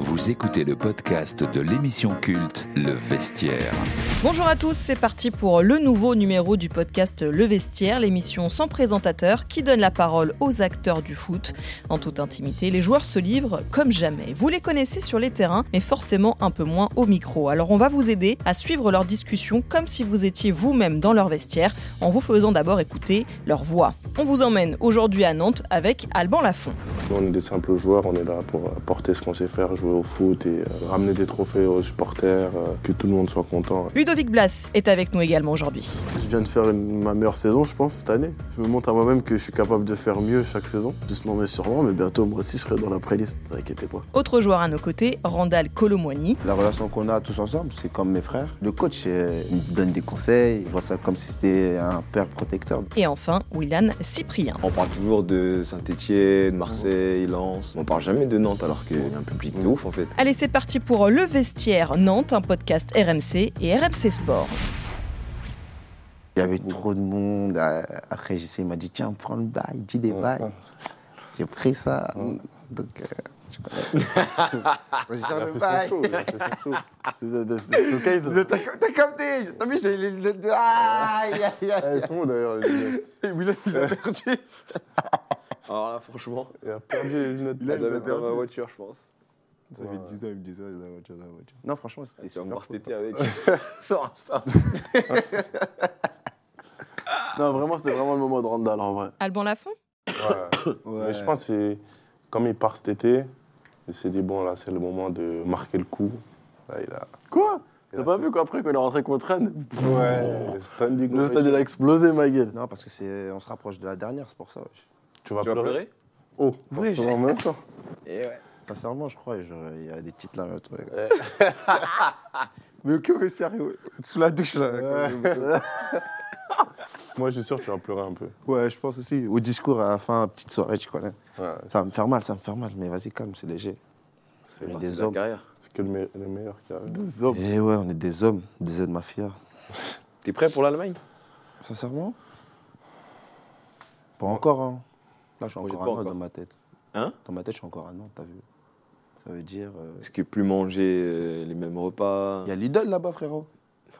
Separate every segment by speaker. Speaker 1: Vous écoutez le podcast de l'émission culte Le Vestiaire.
Speaker 2: Bonjour à tous, c'est parti pour le nouveau numéro du podcast Le Vestiaire, l'émission sans présentateur qui donne la parole aux acteurs du foot. En toute intimité, les joueurs se livrent comme jamais. Vous les connaissez sur les terrains, mais forcément un peu moins au micro. Alors on va vous aider à suivre leurs discussions comme si vous étiez vous-même dans leur vestiaire, en vous faisant d'abord écouter leur voix. On vous emmène aujourd'hui à Nantes avec Alban Lafont.
Speaker 3: Nous, on est des simples joueurs, on est là pour porter ce qu'on sait faire, jouer au foot et euh, ramener des trophées aux supporters, euh, que tout le monde soit content.
Speaker 2: Ludovic Blas est avec nous également aujourd'hui.
Speaker 4: Je viens de faire une- ma meilleure saison, je pense, cette année. Je me montre à moi-même que je suis capable de faire mieux chaque saison. Justement, mais sûrement, mais bientôt, moi aussi, je serai dans la playlist, ne inquiétez pas.
Speaker 2: Autre joueur à nos côtés, Randall Colomoigny.
Speaker 5: La relation qu'on a tous ensemble, c'est comme mes frères. Le coach euh, il me donne des conseils, il voit ça comme si c'était un père protecteur.
Speaker 2: Et enfin, Willan Cyprien.
Speaker 6: On parle toujours de Saint-Etienne, Marseille, Lens. On parle jamais de Nantes alors qu'il y a un public de ouf en fait.
Speaker 2: Allez, c'est parti pour Le Vestiaire Nantes, un podcast RMC et RMC Sport.
Speaker 5: Il y avait trop de monde. euh, Après, j'essayais, il m'a dit tiens, prends le bail, dis des bails. J'ai pris ça. Donc, euh, tu vois. Je gère le bail. Le- T'as t'as capté T'as vu, j'ai les lunettes de. Aïe, aïe,
Speaker 4: Ah,
Speaker 5: aïe.
Speaker 3: Elles sont où, d'ailleurs les lunettes
Speaker 5: Et Willem, il a perdu.
Speaker 6: Alors là, franchement,
Speaker 3: Il a perdu les lunettes.
Speaker 6: elle doit être dans ma voiture, je pense.
Speaker 5: Ça fait 10 ans, il me dit ça, la voiture, la voiture. Ah, Non, franchement, c'était
Speaker 6: Et sur
Speaker 5: super.
Speaker 6: Mars
Speaker 5: cool.
Speaker 6: TT avec.
Speaker 5: Sur Insta.
Speaker 4: Non, vraiment, c'était vraiment le moment de Randall, en vrai.
Speaker 2: Alban Lafont
Speaker 3: Ouais. Mais je pense que c'est- comme il part cet été, il s'est dit bon là c'est le moment de marquer le coup. Là, il a...
Speaker 4: Quoi T'as pas vu qu'après qu'on est rentré contre Rennes
Speaker 3: Ouais. Le stand du
Speaker 4: Le
Speaker 3: groupe.
Speaker 4: stade, il a explosé, ma gueule.
Speaker 5: Non, parce que c'est, on se rapproche de la dernière, c'est pour ça. wesh.
Speaker 3: Tu vas
Speaker 6: Tu vas pleurer
Speaker 3: Oh,
Speaker 5: Oui, j'ai-
Speaker 3: en même temps.
Speaker 6: Et ouais.
Speaker 5: Sincèrement, je crois, genre, il y a des titres là, le truc. Mais que sérieux Sous la douche là.
Speaker 3: Moi je suis sûr que tu vas pleurer un peu.
Speaker 5: Ouais, je pense aussi. Au discours à la fin, petite soirée, tu connais.
Speaker 3: Ouais,
Speaker 5: Ça va me faire mal, ça va me faire mal, mais vas-y, calme, c'est léger.
Speaker 3: c'est
Speaker 5: On est
Speaker 6: Partie de
Speaker 5: des
Speaker 6: la
Speaker 5: hommes.
Speaker 6: carrière.
Speaker 3: c'est que le, me- le meilleur qui arrive.
Speaker 5: Eh ouais, on est des hommes, des aides mafia.
Speaker 6: T'es prêt pour l'Allemagne
Speaker 5: Sincèrement Pas encore, hein. Là, je suis
Speaker 6: Moi, j'ai
Speaker 5: encore
Speaker 6: pas
Speaker 5: à Nantes
Speaker 6: encore.
Speaker 5: dans ma tête.
Speaker 6: Hein
Speaker 5: Dans ma tête, je suis encore à Nantes, t'as vu Ça veut dire. euh,
Speaker 6: Est-ce que plus manger euh, les mêmes repas
Speaker 5: Il y a Lidl là-bas, frérot.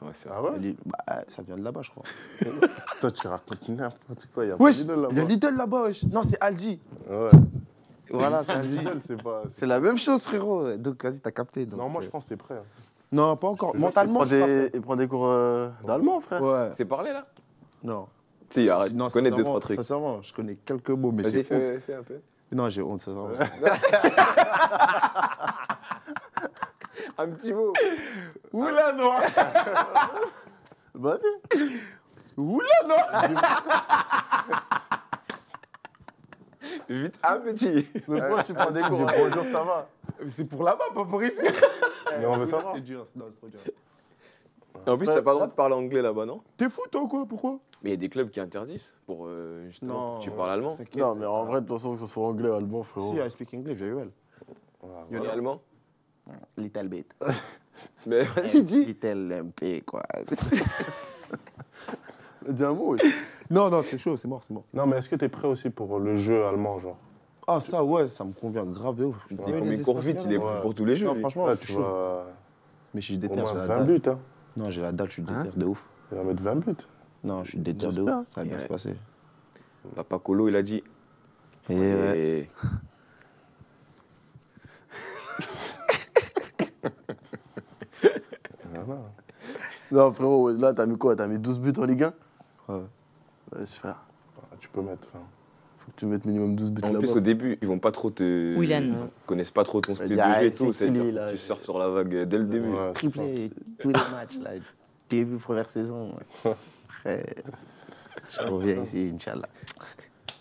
Speaker 6: Ouais, c'est vrai.
Speaker 3: Ah
Speaker 5: Il y a
Speaker 3: ouais
Speaker 5: Lidl- Bah, ça vient de là-bas, je crois.
Speaker 3: Toi tu racontes n'importe quoi. Il y a pas
Speaker 5: Wesh,
Speaker 3: de
Speaker 5: il
Speaker 3: Lidl
Speaker 5: y a
Speaker 3: là-bas.
Speaker 5: Lidl là-bas, wesh. Non, c'est Aldi.
Speaker 3: Ouais.
Speaker 5: Voilà, c'est Aldi.
Speaker 3: Lidl, c'est pas.
Speaker 5: C'est la même chose, frérot. Donc, vas-y, t'as capté. donc,
Speaker 3: Non moi je
Speaker 5: euh,
Speaker 3: pense que t'es prêt. hein.
Speaker 5: Non, pas encore.
Speaker 3: Je te jure,
Speaker 5: Mentalement,
Speaker 4: Il prend des, il prend des cours euh, d'allemand, frère.
Speaker 5: Ouais.
Speaker 6: C'est parlé là
Speaker 5: Non.
Speaker 6: Si, arrête,
Speaker 5: non,
Speaker 6: tu connais deux,
Speaker 5: sincèrement-
Speaker 6: trois trucs.
Speaker 5: Sincèrement, je connais quelques mots, mais
Speaker 6: Vas-y,
Speaker 5: j'ai honte.
Speaker 6: fais, fais un peu.
Speaker 5: Non, j'ai honte, sincèrement.
Speaker 6: Un petit mot.
Speaker 5: Oula, non
Speaker 4: Vas-y.
Speaker 5: Oula
Speaker 6: Vite, un petit.
Speaker 4: Mais pourquoi tu prends des cours hein
Speaker 3: Bonjour ça va.
Speaker 5: C'est pour là-bas, Bah, pas pour ici.
Speaker 3: Mais on veut savoir.
Speaker 5: C'est dur. Non, c'est trop dur.
Speaker 6: En plus, t'as pas le droit de parler anglais là-bas, non
Speaker 5: T'es fou, toi, ou quoi Pourquoi
Speaker 6: Mais il y a des clubs qui interdisent pour euh, justement
Speaker 5: Non.
Speaker 6: que tu parles allemand.
Speaker 5: T'inquiète.
Speaker 4: Non, mais en vrai, oh. de toute façon, que ce soit anglais ou allemand, frérot.
Speaker 5: Si, I speak English very well.
Speaker 6: Tu parles allemand
Speaker 5: Little bit.
Speaker 6: Mais vas-y, dis.
Speaker 5: Little MP, quoi.
Speaker 4: Dis un mot, oui.
Speaker 5: non, non, c'est chaud, c'est mort, c'est mort.
Speaker 3: Non mais est-ce que t'es prêt aussi pour le jeu allemand genre
Speaker 5: Ah, ça, ouais, ça me convient grave de ouf. Je déteste
Speaker 6: Mais
Speaker 5: les
Speaker 6: cours
Speaker 5: espaces
Speaker 6: vite, il est
Speaker 5: fermés.
Speaker 6: pour pour tous les jeux.
Speaker 5: Non,
Speaker 6: lui.
Speaker 5: franchement,
Speaker 3: Là
Speaker 5: je
Speaker 3: Ah, tu
Speaker 5: suis chaud.
Speaker 3: vas
Speaker 5: Mais je suis
Speaker 3: au
Speaker 5: déter, j'ai
Speaker 3: moins
Speaker 5: la
Speaker 3: 20
Speaker 5: dalle.
Speaker 3: buts hein.
Speaker 5: Non, j'ai la dalle, je suis déter de ouf.
Speaker 3: Il va mettre 20 buts.
Speaker 5: Non, je suis déter de
Speaker 4: J'espère.
Speaker 5: ouf. Ça va bien
Speaker 6: Ouais.
Speaker 5: se passer.
Speaker 6: Papa Colo, il a dit.
Speaker 5: Et euh, ouais.
Speaker 6: Et- euh,
Speaker 3: Ah,
Speaker 4: Non, frérot, ouais, là, t'as mis quoi T'as mis 12 buts en Ligue 1
Speaker 5: Ouais.
Speaker 4: Ouais, frère.
Speaker 3: Ah, Tu peux mettre. enfin,
Speaker 4: Faut que tu mettes minimum 12 buts
Speaker 6: En
Speaker 4: là-bas.
Speaker 6: plus, au début, ils vont pas trop te.
Speaker 2: Willian.
Speaker 6: Ils connaissent pas trop ton style de
Speaker 4: Il y a-
Speaker 6: jeu et
Speaker 4: c'est
Speaker 6: tout.
Speaker 4: qui, lui,
Speaker 6: C'est-à-dire
Speaker 4: là
Speaker 6: que tu surfes sur la vague euh, dès le début.
Speaker 3: ouais, c'est ça.
Speaker 5: Triplé tous les matchs, là. Début, première saison. Après, je reviens ici, Inch'Allah.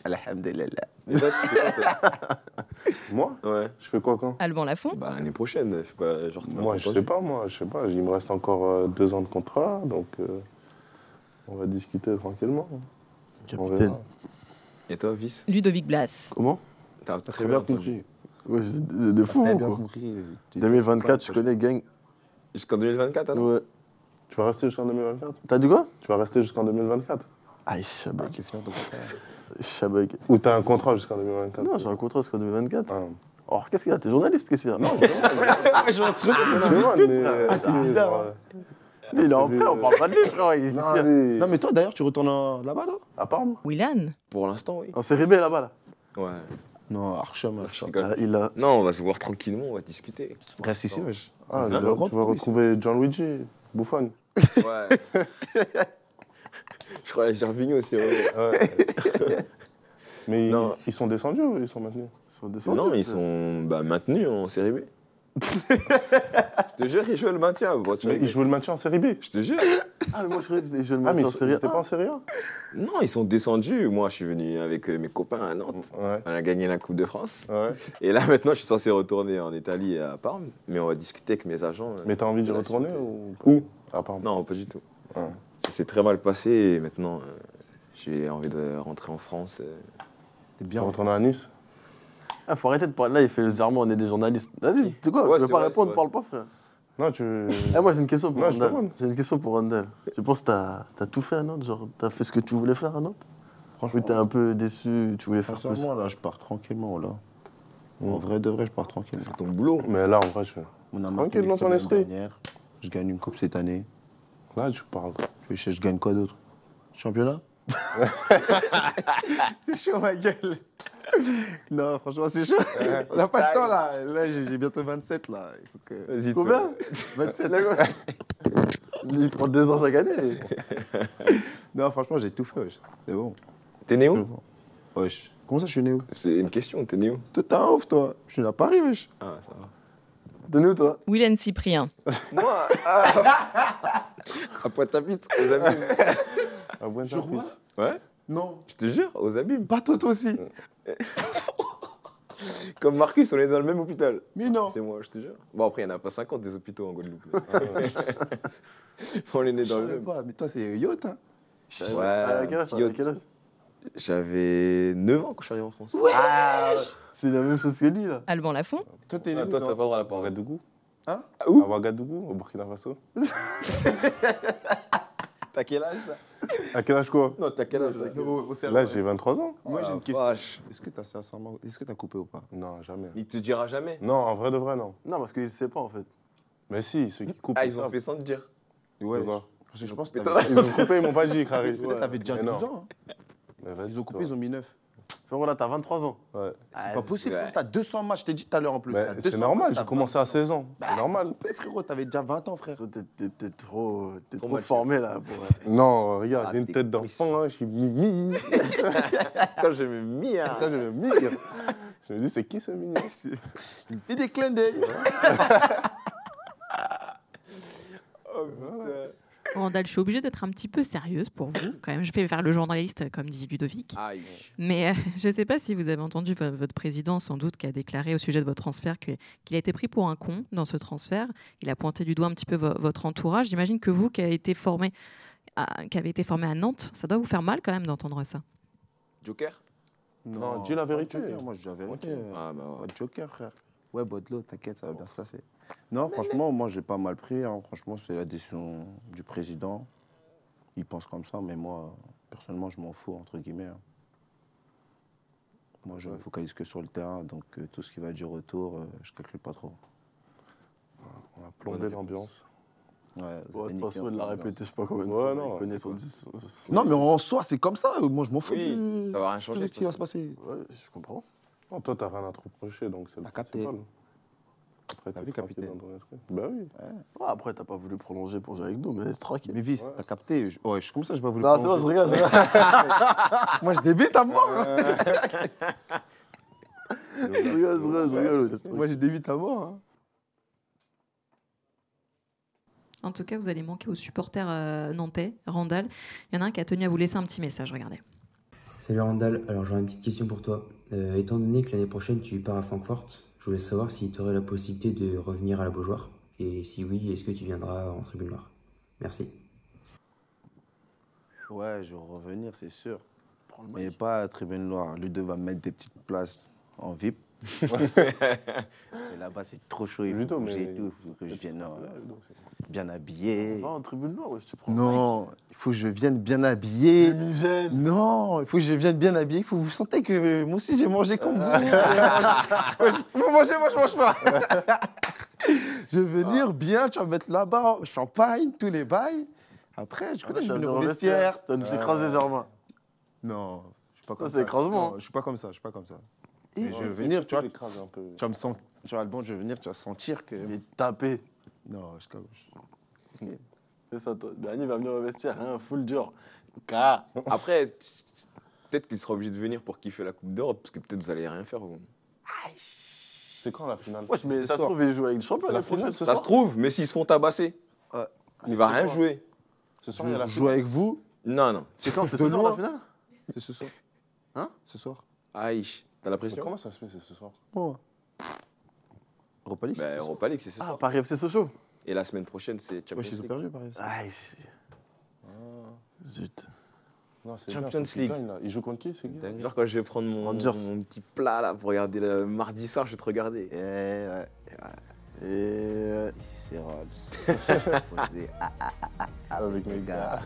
Speaker 5: Alhamdulillah.
Speaker 6: Mais toi, tu fais quoi, toi
Speaker 3: Moi
Speaker 6: Ouais.
Speaker 3: Je fais quoi quand
Speaker 2: Alban Lafont
Speaker 6: Bah, l'année prochaine, je sais pas, genre. tu m'as
Speaker 3: Moi, je
Speaker 6: proposé.
Speaker 3: sais pas, moi, je sais pas. Il me reste encore euh, deux ans de contrat, donc euh, on va discuter tranquillement. On verra.
Speaker 4: Capitaine.
Speaker 6: Et toi, Vice
Speaker 2: Ludovic Blas.
Speaker 4: Comment
Speaker 6: T'as
Speaker 4: Très bien
Speaker 6: entendu.
Speaker 4: compris. Ouais, c'est de, de fou,
Speaker 5: T'as
Speaker 4: vous,
Speaker 5: bien
Speaker 4: quoi.
Speaker 5: compris. euh, tu-
Speaker 4: 2024, tu connais, gang.
Speaker 6: Jusqu'en 2024, hein
Speaker 4: Ouais.
Speaker 3: Tu vas rester jusqu'en 2024
Speaker 4: T'as dit quoi
Speaker 3: Tu vas rester jusqu'en 2024
Speaker 4: Aïe, Shabak.
Speaker 5: Avec le final de contrat.
Speaker 4: Shabak.
Speaker 3: Ou t'as un contrat jusqu'en 2024
Speaker 4: Ah, Non, j'ai un contrat jusqu'en 2024.
Speaker 3: Ah.
Speaker 4: Or, qu'est-ce qu'il y a T'es journaliste, qu'est-ce qu'il y a Non,
Speaker 5: Je vais te
Speaker 3: Non,
Speaker 5: redonner
Speaker 3: non,
Speaker 5: biscuit,
Speaker 3: mais,
Speaker 5: frère.
Speaker 3: euh,
Speaker 5: Ah, c'est
Speaker 3: euh,
Speaker 5: bizarre, hein.
Speaker 3: euh,
Speaker 4: il est en prêt, on parle pas de lui, frère. Il est
Speaker 5: Non,
Speaker 4: ici.
Speaker 3: lui-
Speaker 5: Non, mais toi, d'ailleurs, tu retournes en- là-bas, là
Speaker 3: Ah, À Parme
Speaker 2: Willan.
Speaker 6: Pour l'instant, oui.
Speaker 4: En série B, là-bas, là.
Speaker 6: Ouais.
Speaker 5: Non, Archam,
Speaker 6: Je
Speaker 5: Archam.
Speaker 6: rigole.
Speaker 4: Ah, Il a.
Speaker 6: Non, on va se voir tranquillement, on va discuter.
Speaker 5: Reste ici, wesh.
Speaker 3: Ah,
Speaker 6: Hein
Speaker 3: tu vas- tu vas retrouver Gianluigi Buffon.
Speaker 6: Ouais. je crois à Gervinho aussi. ouais.
Speaker 3: Mais ils,
Speaker 6: Non.
Speaker 3: ils sont descendus ou ils sont maintenus
Speaker 4: Ils sont euh, descendus.
Speaker 6: Non, ils sont bah, maintenus en série B. je te jure, ils jouent le maintien. bon, tu
Speaker 3: Mais
Speaker 6: vois.
Speaker 3: ils jouent le match en série B.
Speaker 6: Je te jure.
Speaker 4: Ah, mais moi, je croyais que c'était les jeunes
Speaker 3: Ah, mais
Speaker 4: mecs
Speaker 3: ils
Speaker 4: en
Speaker 3: sont-
Speaker 4: série
Speaker 3: ils étaient
Speaker 4: A.
Speaker 3: pas en série A
Speaker 6: Non, ils sont descendus. Moi, je suis venu avec euh, mes copains à Nantes.
Speaker 3: Ouais.
Speaker 6: On a gagné la Coupe de France.
Speaker 3: ouais.
Speaker 6: Et là, maintenant, je suis censé retourner en Italie et à Parme. Mais on va discuter avec mes agents. euh.
Speaker 3: Mais t'as envie d'y
Speaker 6: Là,
Speaker 3: retourner
Speaker 6: c'était-
Speaker 3: ou
Speaker 6: Où
Speaker 3: À Parme.
Speaker 6: Non, pas du tout.
Speaker 3: Ouais.
Speaker 6: Ça s'est très mal passé et maintenant, euh, j'ai envie de rentrer en France. euh.
Speaker 5: T'es
Speaker 3: Tu
Speaker 5: bien.
Speaker 3: retourner à Nice
Speaker 4: Ah, faut arrêter de parler. Là, il fait le zarmon, on est des journalistes. Vas-y, tu sais quoi
Speaker 6: Ouais,
Speaker 4: Tu veux
Speaker 6: c'est
Speaker 4: pas
Speaker 6: vrai,
Speaker 4: répondre,
Speaker 6: c'est
Speaker 4: parle pas, frère.
Speaker 3: Non, tu.
Speaker 4: Eh, moi, j'ai une question pour
Speaker 3: Non, je te
Speaker 4: Randall.
Speaker 3: demande.
Speaker 4: J'ai une question pour Randall. Je pense que t'as as tout fait à Nantes. Genre, t'as fait ce que tu voulais faire à Nantes Ou
Speaker 5: Franchement,
Speaker 4: t'es un peu déçu, tu voulais faire plus
Speaker 5: sincèrement, là, je pars tranquillement, là. En vrai, de vrai, je pars tranquillement.
Speaker 6: Ton boulot
Speaker 3: Mais là, en vrai, tu...
Speaker 5: On a marqué
Speaker 3: Tranquille, dans ton esprit.
Speaker 5: dernière. Je gagne une coupe cette année.
Speaker 3: là, tu parles.
Speaker 5: Je, je gagne quoi d'autre Championnat C'est chaud, ma gueule. Non, franchement, c'est chaud. On n'a pas le temps, là. Là, j'ai j'ai bientôt 27, là. Il faut que...
Speaker 6: Vas-y,
Speaker 4: Combien
Speaker 5: 27, là, quoi
Speaker 4: Il prend deux ans chaque année.
Speaker 5: Non, franchement, j'ai tout fait, wesh. C'est bon.
Speaker 6: T'es né où
Speaker 5: Wesh. Comment ça, je suis né où
Speaker 6: C'est une question, t'es né où
Speaker 5: Toi, t'es un ouf, toi. Je suis à Paris, wesh.
Speaker 6: Ah, ça va.
Speaker 4: T'es nous, toi
Speaker 2: Willan Cyprien.
Speaker 6: Moi ah, À Pointe-à-Pitre, aux abîmes.
Speaker 3: À Buenos
Speaker 6: Ouais,
Speaker 5: Non.
Speaker 6: je te jure, aux abîmes.
Speaker 5: Pas toi, toi aussi.
Speaker 6: Comme Marcus, on est dans le même hôpital.
Speaker 5: Mais non.
Speaker 6: C'est moi, je te jure. Bon, après, il n'y en a pas 50 des hôpitaux en Guadeloupe. on est né
Speaker 5: Je
Speaker 6: dans le
Speaker 5: savais
Speaker 6: même.
Speaker 5: pas. Mais toi, c'est yacht, hein.
Speaker 6: Ouais,
Speaker 4: Ah, à quel âge, à
Speaker 6: idiote.
Speaker 4: quel âge
Speaker 6: J'avais 9 ans quand je suis arrivé en France.
Speaker 4: Ah, C'est la même chose que lui, là.
Speaker 2: Alban Lafont.
Speaker 5: Toi, t'es né
Speaker 6: Ah,
Speaker 5: où,
Speaker 6: toi, t'as pas le droit à la parole.
Speaker 3: Ouagadougou
Speaker 5: Hein
Speaker 3: À Ouagadougou, au Burkina Faso.
Speaker 6: T'as quel âge là
Speaker 3: À quel âge quoi
Speaker 6: Non, t'as quel âge là
Speaker 5: Au- au Serra.
Speaker 3: Là, j'ai 23 ans.
Speaker 6: Oh
Speaker 5: Moi, j'ai
Speaker 6: la
Speaker 5: une question.
Speaker 6: vache.
Speaker 5: Est-ce que t'as sincèrement... Est-ce que t'as coupé ou pas
Speaker 3: Non, jamais.
Speaker 6: Il te dira jamais.
Speaker 3: Non, en vrai de vrai, non.
Speaker 4: Non, parce qu'il sait pas, en fait.
Speaker 3: Mais si, ceux qui coupent.
Speaker 6: Ah, ils ont
Speaker 3: savent.
Speaker 6: fait sans te dire.
Speaker 5: Ouais,
Speaker 3: Pourquoi
Speaker 5: bah, parce que je pense que
Speaker 6: Putain.
Speaker 5: t'avais-
Speaker 3: Ils ont coupé, ils m'ont pas dit, Crary.
Speaker 5: peut-être t'avais déjà
Speaker 3: Mais
Speaker 5: 12
Speaker 3: non.
Speaker 5: ans. hein.
Speaker 3: Mais vas-y,
Speaker 5: Ils ont coupé,
Speaker 3: toi.
Speaker 5: ils ont mis 9.
Speaker 4: Frérot, là, t'as 23 ans.
Speaker 3: Ouais.
Speaker 4: Ah,
Speaker 5: C'est pas possible,
Speaker 6: ouais.
Speaker 5: frérot, t'as 200 matchs, je t'ai dit tout à l'heure en plus.
Speaker 3: Mais
Speaker 5: T'as 200
Speaker 3: c'est normal,
Speaker 5: matchs,
Speaker 3: j'ai
Speaker 5: t'as
Speaker 3: commencé à 16 ans. C'est normal.
Speaker 5: coupé, frérot, t'avais déjà 20 ans, frère.
Speaker 4: Toi, t'es- t'es- T'es trop, t'es trop
Speaker 6: mature.
Speaker 4: formé, là. Pour, euh,
Speaker 3: Non, regarde,
Speaker 5: Ah,
Speaker 3: j'ai une
Speaker 5: t'es
Speaker 3: tête d'enfant, hein, je suis mimi.
Speaker 6: Quand j'ai mis Mia.
Speaker 3: Là, je me mire. Je me dis, c'est qui ce mignon
Speaker 5: Fais des clins d'œil.
Speaker 6: Oh, putain.
Speaker 7: Randall, je suis obligée d'être un petit peu sérieuse pour vous. Quand même, je vais faire le journaliste, comme dit Ludovic.
Speaker 6: Aïe.
Speaker 7: Mais euh, je ne sais pas si vous avez entendu vo- votre président, sans doute, qui a déclaré au sujet de votre transfert que- qu'il a été pris pour un con dans ce transfert. Il a pointé du doigt un petit peu vo- votre entourage. J'imagine que vous, qui avez été formé à, qui avez été formé à Nantes, ça doit vous faire mal quand même d'entendre ça.
Speaker 6: Joker
Speaker 3: Non, dis la
Speaker 5: pas de
Speaker 3: vérité.
Speaker 5: Joker, moi, je dis la vérité.
Speaker 6: Ah, bah
Speaker 5: Pas
Speaker 6: ouais.
Speaker 5: de Joker, frère. Ouais, Baudelot, t'inquiète, ça va bien se passer. Non, franchement, moi, j'ai pas mal pris. hein. Franchement, c'est la décision du président. Il pense comme ça, mais moi, personnellement, je m'en fous, entre guillemets. hein. Moi, je me focalise que sur le terrain, donc euh, tout ce qui va être du retour, euh, je calcule pas trop.
Speaker 3: On a plombé l'ambiance.
Speaker 5: Ouais, c'était
Speaker 4: Bon, de toute
Speaker 5: nickel.
Speaker 4: façon, il l'a répété, je sais pas combien de
Speaker 3: Ouais,
Speaker 4: fois.
Speaker 3: non,
Speaker 4: il connaît son
Speaker 3: ouais.
Speaker 4: dis- son- son-
Speaker 5: Non, mais en soi, c'est comme ça. Moi, je m'en fous.
Speaker 6: Oui,
Speaker 5: du-
Speaker 6: ça va rien
Speaker 5: de
Speaker 6: changer.
Speaker 5: ce qui va se passer.
Speaker 4: Ouais, je comprends.
Speaker 3: Non, toi, t'as rien à te reprocher, donc c'est le
Speaker 5: T'as capté.
Speaker 3: principal. Après,
Speaker 5: T'as
Speaker 3: t'es
Speaker 5: vu,
Speaker 3: tranquille
Speaker 5: capitaine
Speaker 3: dans ton esprit. Bah oui.
Speaker 4: Ouais, après, t'as pas voulu prolonger pour jouer avec nous, mais c'est tranquille.
Speaker 5: Mais Vice, t'as capté je- Ouais, je suis comme ça, je vais vous le
Speaker 4: Non, c'est bon,
Speaker 5: prolonger.
Speaker 4: je regarde. je regarde.
Speaker 5: Moi, je débite à mort. hein.
Speaker 4: Je rigole, je rigole, je rigole. c'est tranquille.
Speaker 5: Moi, je débite à mort. hein.
Speaker 7: En tout cas, vous allez manquer aux supporters euh, nantais, Randall. Il y en a un qui a tenu à vous laisser un petit message, regardez.
Speaker 8: Salut Randall, alors j'aurais une petite question pour toi. Euh, étant donné que l'année prochaine tu pars à Francfort, je voulais savoir si tu aurais la possibilité de revenir à la Beaujoire. Et si oui, est-ce que tu viendras en tribune noire Merci.
Speaker 5: Ouais, je vais revenir, c'est sûr. Mais pas à Tribune Noire. Ludo va mettre des petites places en VIP. Parce que Là-bas, c'est trop chaud. Il
Speaker 3: Ludo,
Speaker 5: faut que
Speaker 3: mais-
Speaker 5: j'ai tout. Il faut que je vienne euh,
Speaker 3: Donc, c'est-
Speaker 5: bien habillé.
Speaker 4: Va en tribune noire, ouais, je te prends.
Speaker 5: Non, il faut que je vienne bien habillé.
Speaker 4: Migène.
Speaker 5: Non, il faut que je vienne bien habillé. Il faut que vous sentez que euh, moi aussi j'ai mangé comme
Speaker 4: Euh.
Speaker 5: vous. vous mangez, moi je mange pas. je vais
Speaker 4: Ah.
Speaker 5: venir bien, tu vas mettre là-bas, champagne, tous les bails. Après, je
Speaker 4: Ah, là,
Speaker 5: connais,
Speaker 4: tu
Speaker 5: je
Speaker 4: vas
Speaker 5: vais venir
Speaker 4: venir
Speaker 5: au vestiaire.
Speaker 4: Tu vas nous écraser les armes.
Speaker 5: Non, je suis pas comme ça.
Speaker 4: c'est écrasement,
Speaker 5: Non,
Speaker 4: hein.
Speaker 5: je suis pas comme ça, je suis pas comme ça.
Speaker 4: Et-
Speaker 5: je vais venir, tu vois, tu
Speaker 3: l'écraser un peu.
Speaker 5: vas me sentir, tu vas le bon, je vais venir, tu vas sentir que.
Speaker 4: Je vais te taper.
Speaker 5: Non, je je-
Speaker 4: Fais ça, toi. Bernier va venir au vestiaire, hein, full dur. K.
Speaker 6: Après, peut-être qu'il sera obligé de venir pour kiffer la Coupe d'Europe, parce que peut-être vous allez rien faire. vous.
Speaker 3: C'est quand la finale
Speaker 4: Wesh, mais
Speaker 5: Ce
Speaker 4: ça se
Speaker 5: soir.
Speaker 4: trouve, il joue avec le champion
Speaker 3: C'est
Speaker 4: la
Speaker 3: la
Speaker 4: finale
Speaker 3: finale,
Speaker 4: ce
Speaker 6: Ça se
Speaker 4: soir. Euh,
Speaker 6: trouve, mais s'ils se font tabasser,
Speaker 5: Ouais.
Speaker 6: il va rien
Speaker 3: soir.
Speaker 6: jouer.
Speaker 3: Ce soir, il y a
Speaker 5: je
Speaker 3: la
Speaker 5: joue avec vous.
Speaker 6: Non, non.
Speaker 4: C'est quand C'est
Speaker 5: De
Speaker 4: ce soir la
Speaker 5: loin.
Speaker 4: finale
Speaker 5: C'est ce soir.
Speaker 4: Hein
Speaker 5: Ce soir.
Speaker 6: Aïe, t'as la
Speaker 3: finale. Mais
Speaker 6: pression
Speaker 3: Comment ça se fait, c'est ce soir
Speaker 5: Moi. Europa League.
Speaker 6: Bah,
Speaker 5: c'est ce soir.
Speaker 6: Europa League, c'est ce
Speaker 4: Ah,
Speaker 6: soir.
Speaker 4: Paris FC Sochaux.
Speaker 6: Et la semaine prochaine, c'est Champions
Speaker 5: Ouais, ils ont
Speaker 6: League.
Speaker 5: perdu par exemple.
Speaker 4: Aïe. Zut.
Speaker 3: Non, c'est
Speaker 6: Champions
Speaker 3: bien, faut qu'il
Speaker 6: League.
Speaker 3: gagne, là. Il joue contre qui C'est qui
Speaker 5: Dingue.
Speaker 6: Genre quand je vais prendre mon,
Speaker 5: Rangers.
Speaker 6: mon petit plat là pour regarder le mardi soir, je vais te regarder.
Speaker 5: Eh ouais. Eh ouais. Ici, c'est Rolls. Posé. Ah, ah, ah, ah, avec mes gars.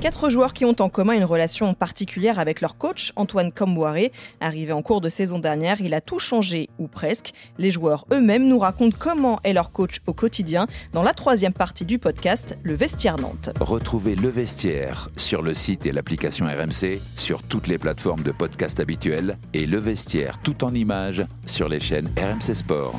Speaker 2: Quatre joueurs qui ont en commun une relation particulière avec leur coach, Antoine Comboiré. Arrivé en cours de saison dernière, il a tout changé, ou presque. Les joueurs eux-mêmes nous racontent comment est leur coach au quotidien dans la troisième partie du podcast, Le Vestiaire Nantes.
Speaker 1: Retrouvez Le Vestiaire sur le site et l'application RMC, sur toutes les plateformes de podcast habituelles et Le Vestiaire tout en images sur les chaînes RMC Sport.